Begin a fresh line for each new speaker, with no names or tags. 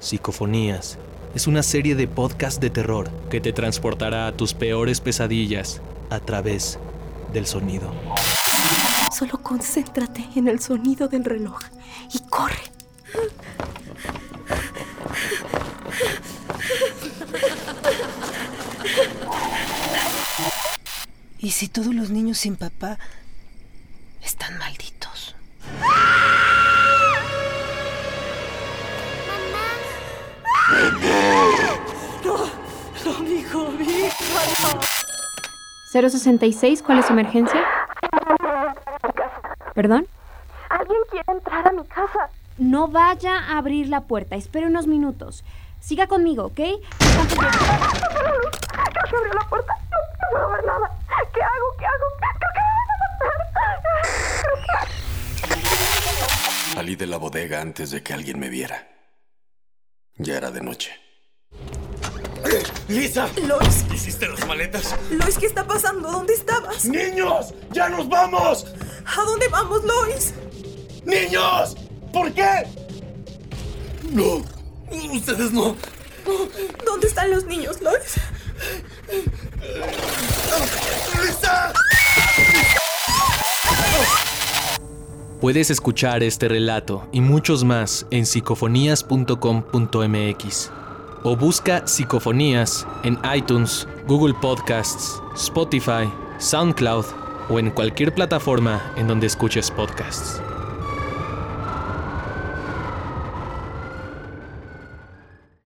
Psicofonías es una serie de podcasts de terror que te transportará a tus peores pesadillas a través del sonido.
Solo concéntrate en el sonido del reloj y corre.
¿Y si todos los niños sin papá están malditos?
No, no, mi hijo, mi hijo, no.
066, ¿cuál es su emergencia? ¿Perdón?
Alguien quiere entrar a mi casa.
No vaya a abrir la puerta, espere unos minutos. Siga conmigo, ¿ok?
Creo que abrió la puerta. No, no puedo ver nada. ¿Qué hago? ¿Qué hago? Creo que me van a matar.
Salí de la bodega antes de que alguien me viera. Ya era de noche.
¡Lisa!
Lois,
¿Hiciste las maletas?
Lois, ¿qué está pasando? ¿Dónde estabas?
¡Niños! ¡Ya nos vamos!
¿A dónde vamos, Lois?
¡Niños! ¿Por qué? No. Ustedes no.
¿Dónde están los niños, Lois?
¡Lisa!
Puedes escuchar este relato y muchos más en psicofonías.com.mx o busca psicofonías en iTunes, Google Podcasts, Spotify, SoundCloud o en cualquier plataforma en donde escuches podcasts.